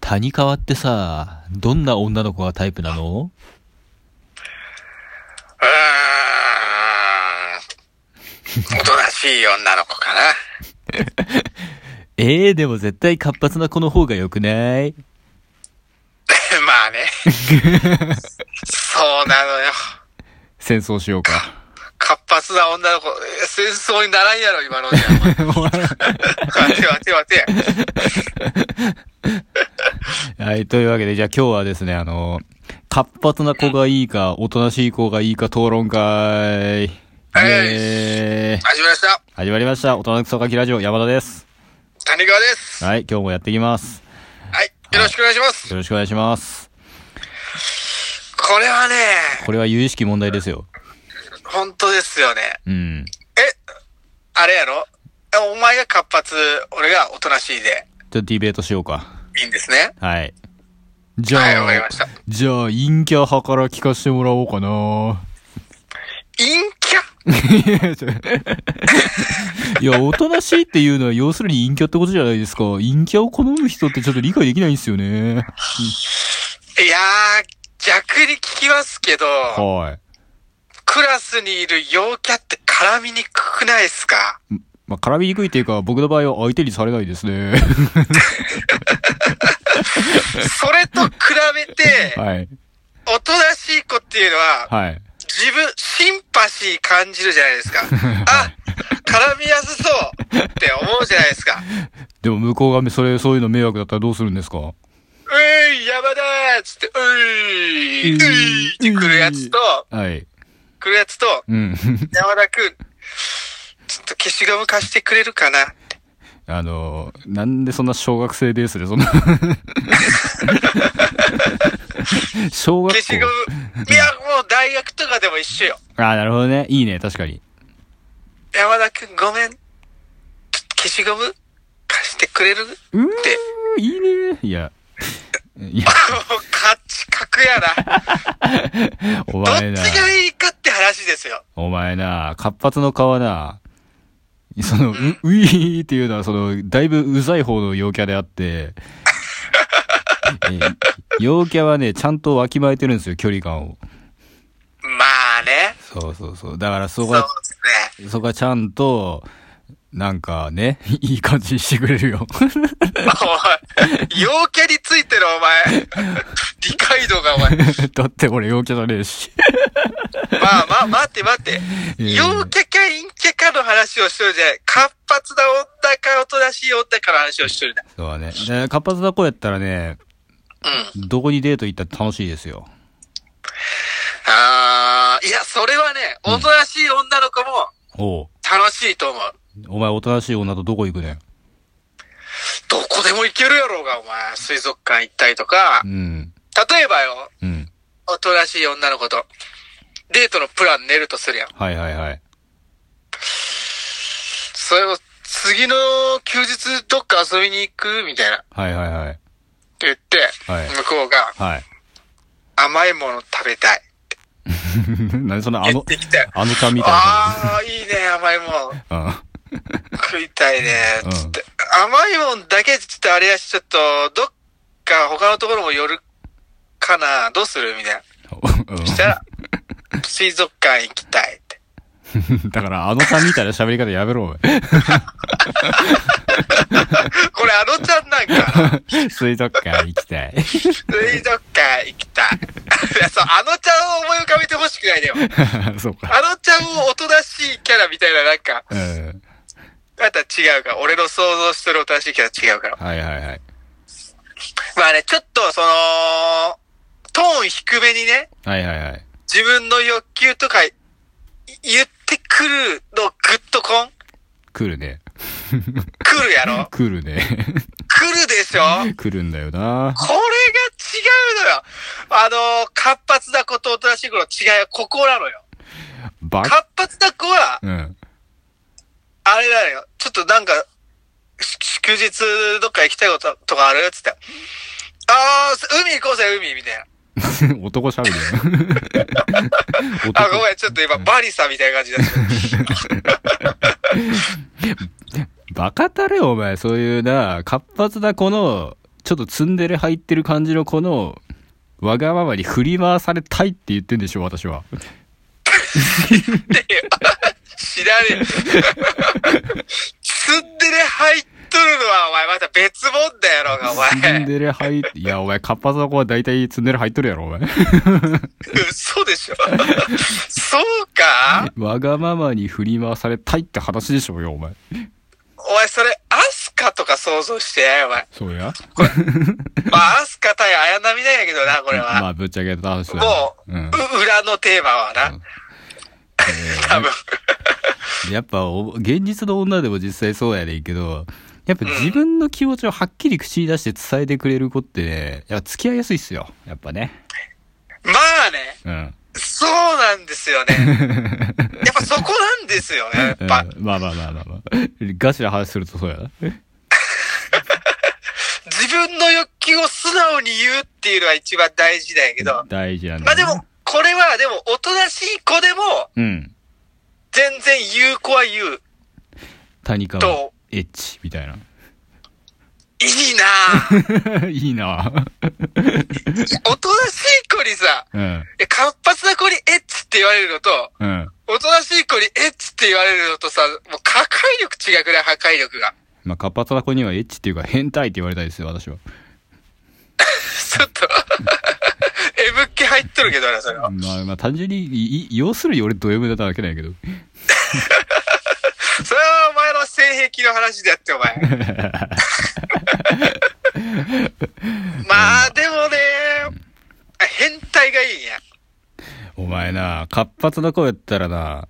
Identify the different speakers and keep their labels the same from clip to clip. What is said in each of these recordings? Speaker 1: 谷川ってさ、どんな女の子がタイプなの
Speaker 2: うーん。おとなしい女の子かな。
Speaker 1: ええでも絶対活発な子の方が良くない
Speaker 2: まあね。そうなのよ。
Speaker 1: 戦争しようか。
Speaker 2: 活発な女の子、え戦争にならんやろ、今のじゃ。お前待て待て待て。
Speaker 1: はい、というわけで、じゃあ今日はですね、あの、活発な子がいいか、おとなしい子がいいか討論会。
Speaker 2: はい
Speaker 1: えー、
Speaker 2: 始まりました。
Speaker 1: 始まりました。大人のクソガキラジオ、山田です。
Speaker 2: 谷川です。
Speaker 1: はい、今日もやっていきます。
Speaker 2: はい。よろしくお願いします。
Speaker 1: よろしくお願いします。
Speaker 2: これはね、
Speaker 1: これは有意識問題ですよ。
Speaker 2: 本当ですよね。
Speaker 1: うん。
Speaker 2: え、あれやろえお前が活発、俺がおとなしいで、
Speaker 1: ちょっとディベートしようか。
Speaker 2: いいんですね。
Speaker 1: はい。じゃ
Speaker 2: はい、
Speaker 1: あ、
Speaker 2: わかりました。
Speaker 1: じゃあ、陰キャ派から聞かせてもらおうか な。
Speaker 2: 陰キャ
Speaker 1: いや、おとなしいっていうのは、要するに陰キャってことじゃないですか。陰キャを好む人ってちょっと理解できないんですよね。
Speaker 2: いやー、逆に聞きますけど、
Speaker 1: は
Speaker 2: クラスにいる陽キャって絡みにくくないです か
Speaker 1: い。まあ、絡みにくいっていうか、僕の場合は相手にされないですね。
Speaker 2: それと比べて、
Speaker 1: はい。
Speaker 2: おとなしい子っていうのは、
Speaker 1: はい。
Speaker 2: 自分、シンパシー感じるじゃない ですか。あ、絡みやすそうって思うじゃないですか。
Speaker 1: でも、向こうが、それ、そういうの迷惑だったらどうするんですか
Speaker 2: うい、山田っつって、うい、ういって来るやつと、
Speaker 1: はい。
Speaker 2: 来るやつと、
Speaker 1: うん。
Speaker 2: 山田くん、ちょっと消しゴム貸してくれるかな
Speaker 1: あの、なんでそんな小学生ベースで、 そんな小学
Speaker 2: 消しゴ
Speaker 1: 校。
Speaker 2: ム。いや、もう大学とかでも一緒よ。
Speaker 1: ああ、なるほどね。いいね、確かに。
Speaker 2: 山田くんごめん。ちょっと消しゴム貸してくれるって。
Speaker 1: うー
Speaker 2: も
Speaker 1: ん
Speaker 2: う、
Speaker 1: いいね。いや。い や、
Speaker 2: 価値格や な。
Speaker 1: お
Speaker 2: どっ
Speaker 1: 前な。
Speaker 2: ちがいいかって話ですよ。
Speaker 1: お前な、活発の顔はな、その、う、ういーっていうのは、その、だいぶうざい方の陽キャであ って、え陽キャはね、ちゃんとわきまえてるんですよ、距離感を。
Speaker 2: まあね。
Speaker 1: そうそうそう。だからそ
Speaker 2: そう
Speaker 1: こ
Speaker 2: で
Speaker 1: は、
Speaker 2: す
Speaker 1: そこはちゃんと、なんかね、 いい感じにしてくれる よ。
Speaker 2: ね。おい、陽キャについてるお前。 理解度がお前。
Speaker 1: だって俺陽キャじゃねえし。
Speaker 2: まあまあ、待って待って。
Speaker 1: い
Speaker 2: 陽キャか陰キャかの話をしてるんじゃない。活発な女かおとなしい女かの話をしてるんだ。
Speaker 1: そうだね。で活発な子やったらね、
Speaker 2: うん。
Speaker 1: どこにデート行ったって楽しいですよ。
Speaker 2: あーいや、それはね、おとなしい女の子も
Speaker 1: おう。
Speaker 2: 楽しいと思う。
Speaker 1: お前おとなしい女とどこ行くねん
Speaker 2: どこでも行けるやろうが、お前。水族館行ったりとか
Speaker 1: う。ん。
Speaker 2: 例えばよ、
Speaker 1: うん。
Speaker 2: おとなしい女の子と、デートのプラン練るとするやん。
Speaker 1: はいはいはい。
Speaker 2: それを、次の休日どっか遊びに行くみたいな。って
Speaker 1: はいはいはい。
Speaker 2: 言って、
Speaker 1: はい
Speaker 2: 向こうが、
Speaker 1: はい。
Speaker 2: 甘いもの食べたい。
Speaker 1: 何そのあ
Speaker 2: 言
Speaker 1: の
Speaker 2: っ、てきたよ。
Speaker 1: あのちゃんみたい
Speaker 2: ああ、いいね、甘いもん。
Speaker 1: な。うん。
Speaker 2: 食いたいね
Speaker 1: うん。
Speaker 2: つって。甘いもんだけちょっとあれやし、ちょっと、どっか他のところも寄るかな。どうするみたいな。
Speaker 1: うん
Speaker 2: したら、水族館行きたいって。
Speaker 1: だから、あのちゃんみたい な喋り方やめろ、お前。
Speaker 2: これあのちゃんなんか、
Speaker 1: 水族館行きたい。
Speaker 2: 水族館行きたい。 いや、そう、あのちゃんを思い浮かべてほしくないでよ。
Speaker 1: そうか。
Speaker 2: あのちゃんをおとなしいキャラみたいな、なんか、
Speaker 1: うん。
Speaker 2: また違うから。俺の想像してるおとなしいキャラ違うから。
Speaker 1: はいはいはい。
Speaker 2: まあね、ちょっと、その、トーン低めにね、
Speaker 1: はいはいはい。
Speaker 2: 自分の欲求とかい言ってくるのグッとこん
Speaker 1: 来るね。
Speaker 2: 来るやろ
Speaker 1: 来るね。
Speaker 2: 来るでしょ
Speaker 1: 来るんだよな。
Speaker 2: これが違うのよ。あのー活発な子とおとなしい子の違いはここなのよ。
Speaker 1: ば
Speaker 2: 活発な子は、
Speaker 1: うん。
Speaker 2: あれなのよ。ちょっとなんか、し祝日どっか行きたいこととかあるつって。あー、海行こうぜ、海みたいな。
Speaker 1: 男喋るよ。
Speaker 2: あ、ご
Speaker 1: 男、
Speaker 2: めん、ちょっと今、バリさみたいな感じだった。
Speaker 1: バカたれ、お前。そういうな、活発な子のちょっとツンデレ入ってる感じのこの、わがままに振り回されたいって言ってんでしょ、私は。
Speaker 2: ってよ知らね えよ。ツンデレ入っとるのはお前また別問題やろうが、お
Speaker 1: ツン
Speaker 2: 前。
Speaker 1: デレ入って、いや、お前、カッパの子は大体ツンデレ入っとるやろ、お前。
Speaker 2: 嘘でしょ。そうか
Speaker 1: わがままに振り回されたいって話でしょうよ、お前。
Speaker 2: お前それ、アスカとか想像してや、お前。
Speaker 1: そうや。
Speaker 2: まあ、アスカ対綾波なんやけどな、これ
Speaker 1: ま
Speaker 2: は。
Speaker 1: あ、ぶっちゃけた話だよ
Speaker 2: もう、
Speaker 1: うん。
Speaker 2: う裏のテーマはな。多分。
Speaker 1: やっぱお、現実の女でも実際そうやねんけど、やっぱ自分の気持ちをはっきり口に出して伝えてくれる子ってね、やっぱ付き合いやすいっすよ。やっぱね。
Speaker 2: まあね、
Speaker 1: うん。
Speaker 2: そうなんですよ ね。やっぱそこなんですよね、やっ
Speaker 1: うん、
Speaker 2: ぱ。
Speaker 1: まあまあまあまあまあ。ガチな話するとそうやな。
Speaker 2: 自分の欲求を素直に言うっていうのが一番大事だけど。
Speaker 1: 大事なん
Speaker 2: まあ
Speaker 1: だ
Speaker 2: で
Speaker 1: ね、
Speaker 2: も、これはでも、おとなしい子でも、
Speaker 1: うん。
Speaker 2: 全然言う子は言う。
Speaker 1: 谷川
Speaker 2: と、
Speaker 1: エッチ、みたいな。
Speaker 2: いいなぁ。
Speaker 1: いいな
Speaker 2: いやおとなしい子にさ、
Speaker 1: うん。
Speaker 2: いや活発な子にエッチって言われるのと、
Speaker 1: うん。
Speaker 2: おとなしい子にエッチって言われるのとさ、もう破壊力違うくらい破壊力が。
Speaker 1: まあ、活発な子にはエッチっていうか変態って言われたいですよ、私は。
Speaker 2: ちょっと、M 気入っとるけどな、それは。
Speaker 1: まあまあ、単純に、いい要するに俺ド M だっただけなんやけど。
Speaker 2: それはお前の性癖の話であって、お前。まあ、でもね、あ変態がいいんや。
Speaker 1: お前な、活発な子やったらな、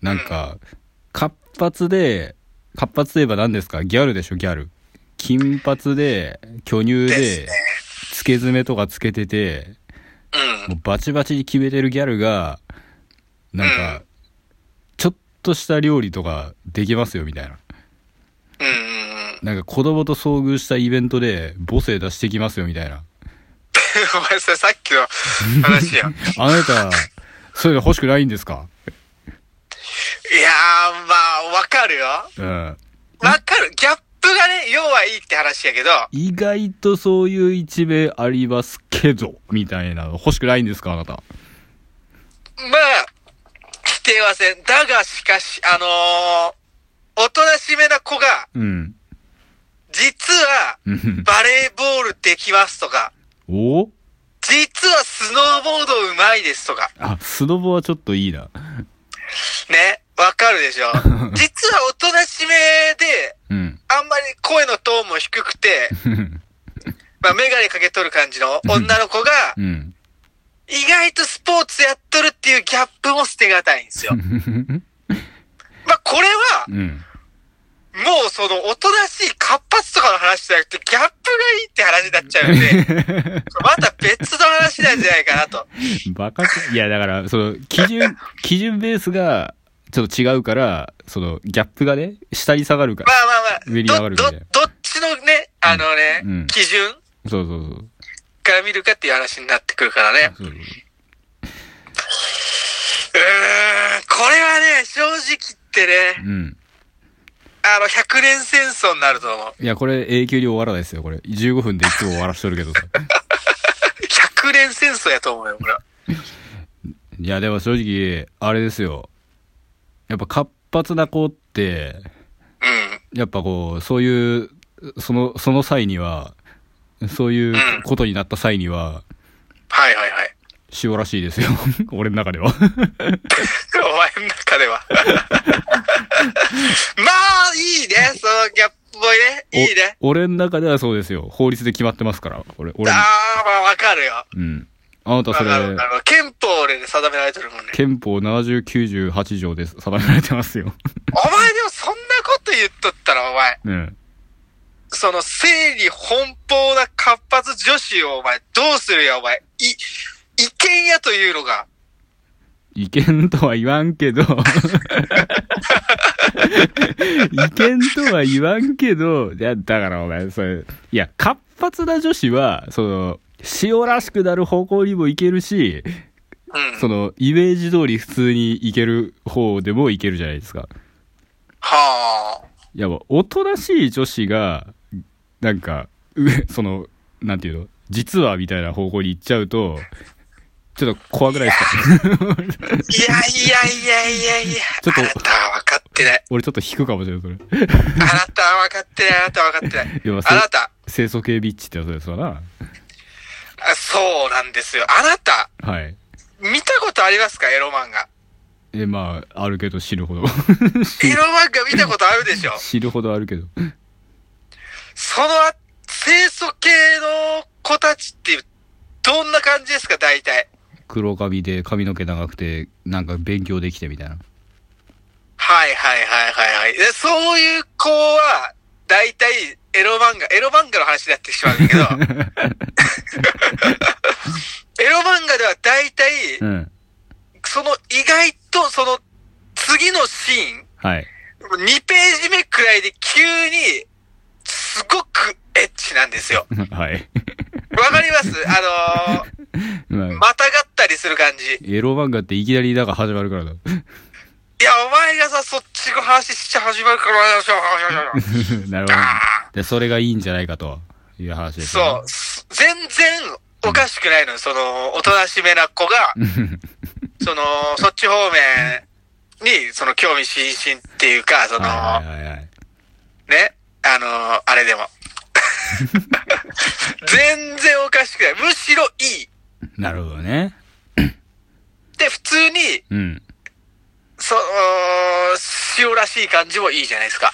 Speaker 1: なんか、活発で、活発といえば何ですかギャルでしょ、ギャル。金髪で、巨乳
Speaker 2: です
Speaker 1: で、つけ爪とかつけてて、
Speaker 2: うん。
Speaker 1: もうバチバチに決めてるギャルが、なん
Speaker 2: う
Speaker 1: か、ちょっとした料理とかできますよ、みたいな。
Speaker 2: うんうんうん。
Speaker 1: なんか子供と遭遇したイベントで母性出してきますよみたいな。
Speaker 2: お前それさっきの話や。いや
Speaker 1: あなた、 そういうの欲しくないんですか
Speaker 2: ー、まあ、わかるよ。
Speaker 1: うん。
Speaker 2: わかる。ギャップがね、要はいいって話やけど、
Speaker 1: 意外とそういう一面ありますけど、みたいなの欲しくないんですかあなた。
Speaker 2: まあ、否定はせん。だが、しかし、あのー、おとなしめな子が、
Speaker 1: うん。
Speaker 2: 実は、
Speaker 1: うん
Speaker 2: バレーボールできますとか、
Speaker 1: お
Speaker 2: 実はスノーボードうまいですとか、
Speaker 1: あ、スノボはちょっといいな。
Speaker 2: ね、わかるで しょ実はおとなしめで、
Speaker 1: うん。
Speaker 2: あんまり声のトーンも低く て、まあメガネかけとる感じの女の 子が
Speaker 1: う、ん。
Speaker 2: 意外とスポーツやっとるっていうギャップも捨てがたいんですよ。まあこれは、
Speaker 1: うん。
Speaker 2: もうそのおとなしい活発とかの話じゃなくて、ギャップがいいって話になっちゃうんで、 また別の話なんじゃないかなと。
Speaker 1: バカく、いやだから、その、基準、基準ベースが、ちょっと違うから、その、ギャップがね、下に下がるか
Speaker 2: ま
Speaker 1: ら。
Speaker 2: あま
Speaker 1: 上に上
Speaker 2: あま
Speaker 1: が
Speaker 2: あ、
Speaker 1: る
Speaker 2: ど、
Speaker 1: みたい
Speaker 2: ど、
Speaker 1: な
Speaker 2: どっちのね、あのね、
Speaker 1: うんうん
Speaker 2: 基準
Speaker 1: そうそうそう。
Speaker 2: から見るかっていう話になってくるからね。
Speaker 1: そうそう
Speaker 2: うーん、これはね、正直言ってね、
Speaker 1: うん。
Speaker 2: あの、100年戦争になると思う。
Speaker 1: いや、これ永久に終わらないですよ、これ。15分でいつも終わらしとるけどさ。
Speaker 2: 100年戦争やと思うよ、これは。
Speaker 1: いや、でも正直、あれですよ。やっぱ活発な子って、
Speaker 2: うん。
Speaker 1: やっぱこう、そういう、その、その際には、そういうことになった際には、
Speaker 2: はいはいはい。
Speaker 1: 塩らしいですよ。 俺の中では。
Speaker 2: お前の中では。 まあ、いいね、そのギャップボイね。いいね。
Speaker 1: お俺の中ではそうですよ。法律で決まってますから。俺、俺の。
Speaker 2: ああ、まあわかるよ。わ
Speaker 1: うん。あなた
Speaker 2: か
Speaker 1: そ
Speaker 2: る
Speaker 1: れ
Speaker 2: わ、かる。憲法で定められてるもんね。
Speaker 1: 憲法70、98条で定められてますよ。
Speaker 2: お前でもそんなこと言っとったら、お前、
Speaker 1: うん。
Speaker 2: その性に奔放な活発女子をお前、どうするや、お前。い、違憲やというのが。
Speaker 1: 意見とは言わんけ ど、意見とは言わんけど、いや、だからお前、それ、いや、活発な女子は、その、塩らしくなる方向にもいけるし、
Speaker 2: うん。
Speaker 1: その、イメージ通り普通にいける方でもいけるじゃないですか。
Speaker 2: はあ。
Speaker 1: いや、もうおとなしい女子が、なんか、上、 その、なんていうの、実はみたいな方向に行っちゃうと、 ちょっと怖くないですか
Speaker 2: いやいやいやいやいや。
Speaker 1: ちょっと
Speaker 2: あなたは分かってない。
Speaker 1: 俺ちょっと引くかもしれない、それ。
Speaker 2: あなたは分かってない。あなたは分か ってない。
Speaker 1: 要は
Speaker 2: あなた。
Speaker 1: 清楚系ビッチってやつですわな。
Speaker 2: あそうなんですよ。あなた、
Speaker 1: はい。
Speaker 2: 見たことありますかエロ漫画。
Speaker 1: え、まあ、あるけど死ぬ ほど。
Speaker 2: エロ漫画見たことあるでしょ
Speaker 1: 死ぬほどあるけど。
Speaker 2: そのあ、清楚系の子たちって、どんな感じですか、大体。
Speaker 1: 黒髪で髪の毛長くて、なんか勉強できてみたいな。
Speaker 2: はいはいはいはいはい。でそういう子は、大体、エロ漫画、エロ漫画の話になってしまうんだけど、エロ漫画では大体
Speaker 1: う、ん。
Speaker 2: その意外とその次のシーン、
Speaker 1: はい。
Speaker 2: 2ページ目くらいで急に、すごくエッチなんですよ。
Speaker 1: はい。
Speaker 2: わかりますあ
Speaker 1: ま
Speaker 2: のー
Speaker 1: あ、
Speaker 2: またがったりする感じ。
Speaker 1: エロ漫画っていきなりなんか始まるからだ。
Speaker 2: いや、お前がさ、そっちの話して始まるから、よしよしよしよしよし
Speaker 1: なるほど。で、それがいいんじゃないかという話です、ね。
Speaker 2: そう、す全然おかしくないのよその、おとなしめ な子が、その、そっち方面に、その、興味津々っていうか、その、
Speaker 1: はいはいはいはい。
Speaker 2: ね、あのーあ れでも。全然おかしくない。むしろいい。
Speaker 1: なるほどね。
Speaker 2: で、普通に、
Speaker 1: うん。
Speaker 2: その、塩らしい感じもいいじゃないですか。
Speaker 1: は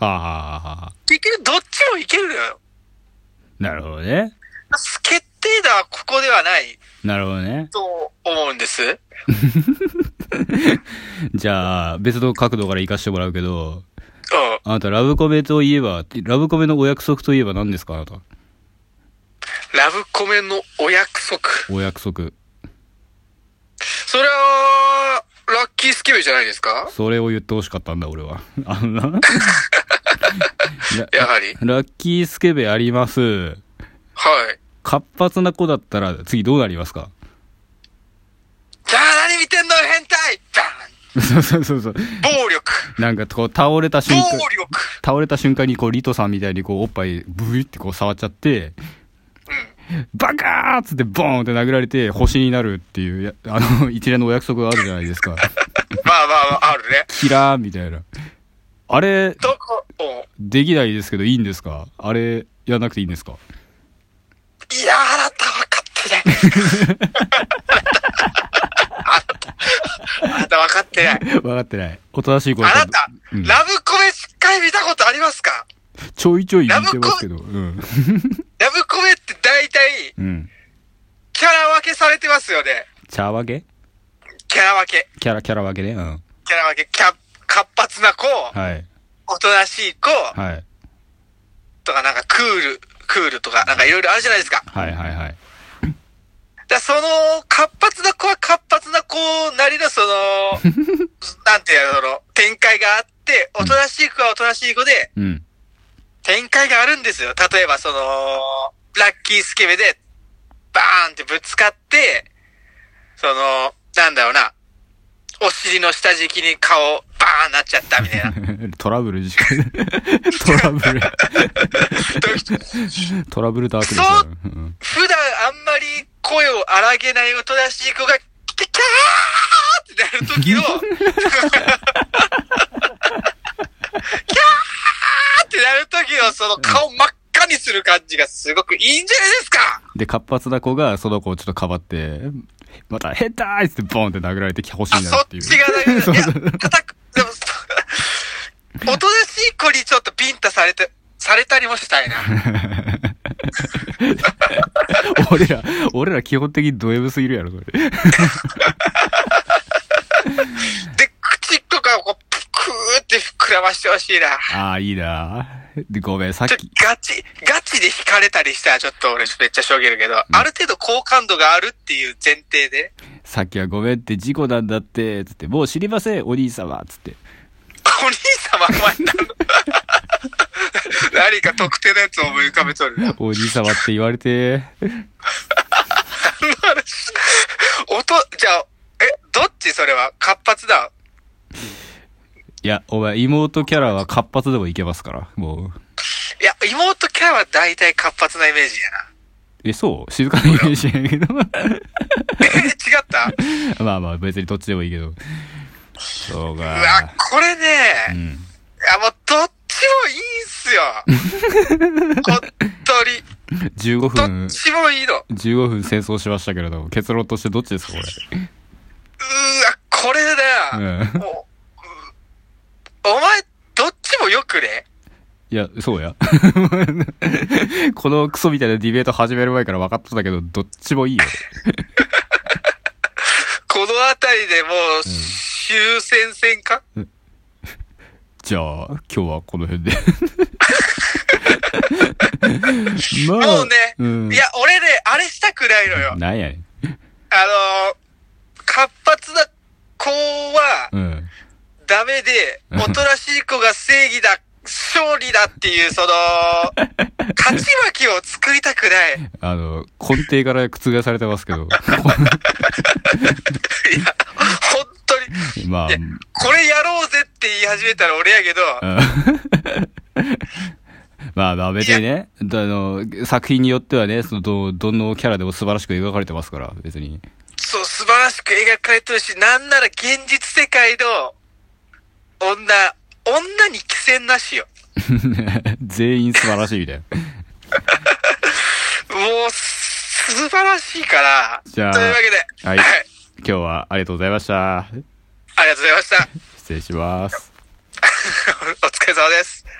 Speaker 1: あ、はあはあはあ、
Speaker 2: 結局、どっちもいけるのよ。
Speaker 1: なるほどね。
Speaker 2: 決定打はここではない
Speaker 1: なるほどね。
Speaker 2: と思うんです。
Speaker 1: じゃあ、別の角度から行かしてもらうけど、
Speaker 2: うん。
Speaker 1: あなた、ラブコメといえば、ラブコメのお約束といえば何ですかあなた。
Speaker 2: ラブコメのお約束。
Speaker 1: お約束。
Speaker 2: それは、ラッキースケベじゃないですか
Speaker 1: それを言ってほしかったんだ、俺は。 あのな。
Speaker 2: やはり。
Speaker 1: ラッキースケベあります。
Speaker 2: はい。
Speaker 1: 活発な子だったら、次どうなりますか
Speaker 2: じゃあ何見てんのよ変態バ
Speaker 1: そうそうそうそう。
Speaker 2: ーン暴力
Speaker 1: なんか、こう、倒れた瞬間。
Speaker 2: 暴力
Speaker 1: 倒れた瞬間にこうリトさんみたいにこうおっぱいブイってこう触っちゃって、バカーっつってボーンって殴られて星になるっていうや あの一連のお約束があるじゃないですか
Speaker 2: まあまあまあ、あるね。
Speaker 1: キラーみたいなあれ
Speaker 2: どこお
Speaker 1: できないですけどいいんですかあれやらなくていいんですか
Speaker 2: いや、あなた分かってない。 あなた、あなた分かってない。
Speaker 1: 分かってないおとなしい子
Speaker 2: あ
Speaker 1: だ
Speaker 2: な
Speaker 1: と
Speaker 2: た、
Speaker 1: うん
Speaker 2: ラブコメしっかり見たことありますか
Speaker 1: ちょいちょい見てますけどうん、
Speaker 2: ラブコメって大体、
Speaker 1: うん、
Speaker 2: キャラ分けされてますよね。
Speaker 1: 茶わけ
Speaker 2: キャラ分け。
Speaker 1: キャラキャラ分けねうん
Speaker 2: キャラ分け。キャ活発な子、
Speaker 1: はい
Speaker 2: おとなしい子、
Speaker 1: はい
Speaker 2: とかなんかクール、クールとかなんかいろいろあるじゃないですか。
Speaker 1: はいはいはい
Speaker 2: だその、活発な子は活発な子なりのその、なんていうの、その、展開があって、おとなしい子はおとなしい子で、
Speaker 1: うん
Speaker 2: 展開があるんですよ。例えばその、ラッキースケベで、バーンってぶつかって、その、なんだろうな、お尻の下敷きに顔、バーンなっちゃったみたいな。
Speaker 1: トラブルしかトラブル トラブルダークですよ
Speaker 2: そう
Speaker 1: うん
Speaker 2: 普段あんまり声を荒げないおとなしい子が、キャーってなるときの、キャーってなるときのその顔真っ赤にする感じがすごくいいんじゃないですか
Speaker 1: で、活発な子がその子をちょっとかばって、また、変態っつってボンって殴られて欲し
Speaker 2: あ、
Speaker 1: いな
Speaker 2: そ
Speaker 1: るっ
Speaker 2: っ
Speaker 1: ていう。
Speaker 2: ちがだめ
Speaker 1: そ
Speaker 2: だ。
Speaker 1: う
Speaker 2: い
Speaker 1: そ
Speaker 2: や、
Speaker 1: う
Speaker 2: 叩く、でも、そおとなしい子にちょっとビンタされて、されたりもしたいな。
Speaker 1: 俺ら、俺ら基本的にド M すぎるやろ、それ。
Speaker 2: で、口とかをこう、クーって膨らましてほしいな。
Speaker 1: ああ、いいなで、ごめん、さっ
Speaker 2: ちょ
Speaker 1: き、
Speaker 2: ガチ、ガチで引かれたりしたらちょっと俺めっちゃしょげるけど、ある程度好感度があるっていう前提で、
Speaker 1: さっきはごめんって事故なんだって、つって、もう知りません、お兄様、つって。
Speaker 2: お兄様お前何の 何か特定のやつを思い浮かべとるな。
Speaker 1: お兄様って言われて、
Speaker 2: あの話音、じゃあ、え、どっちそれは活発だ。
Speaker 1: いや、お前、妹キャラは活発でもいけますから、もう。
Speaker 2: いや、妹キャラは大体活発なイメージやな。
Speaker 1: え、そう静かなイメージやけど。
Speaker 2: え違った
Speaker 1: まあまあ、別にどっちでもいいけど。そう
Speaker 2: うわ
Speaker 1: か。、
Speaker 2: これね、
Speaker 1: うん。
Speaker 2: いや、もうどっちもいいんすよ。 本当に。
Speaker 1: 15
Speaker 2: ど
Speaker 1: 分
Speaker 2: っ、ちもいいの。うわ、
Speaker 1: 15分戦争しましたけれども、結論としてどっちですか、これ。
Speaker 2: これだよ。
Speaker 1: うん。
Speaker 2: もうお前、どっちもよくね。
Speaker 1: いや、そうや。 このクソみたいなディベート始める前から分かっとったけど、どっちもいいよ。
Speaker 2: このあたりでもう、終戦戦か
Speaker 1: じゃあ、今日はこの辺で。 ま
Speaker 2: もうね、
Speaker 1: うん。
Speaker 2: いや、俺ね、あれしたくないのよ。
Speaker 1: なんやねん。
Speaker 2: あのー活発な子は
Speaker 1: うん。
Speaker 2: ダメで、
Speaker 1: うん
Speaker 2: おとなしい子が正義だ、勝利だっ ていう、その、勝ち負けを作りたくない。い
Speaker 1: あの、根底から覆されてますけ ど。
Speaker 2: や、本当に、
Speaker 1: まあ、
Speaker 2: いやこれやろうぜって言い始めたら俺やけど、
Speaker 1: まあまあ別にね、だあの、作品によってはね、そのど、どのキャラでも素晴らしく描かれてますから、別に。
Speaker 2: そう、素晴らしく描かれてるし、なんなら現実世界の女、女に寄せんなしよ。
Speaker 1: 全員素晴らしいみたいな。
Speaker 2: もう、素晴らしいから。
Speaker 1: じゃあ
Speaker 2: というわけで、
Speaker 1: はい
Speaker 2: はい。
Speaker 1: 今日はありがとうございました。
Speaker 2: ありがとうございました。
Speaker 1: 失礼します。
Speaker 2: お疲れ様です。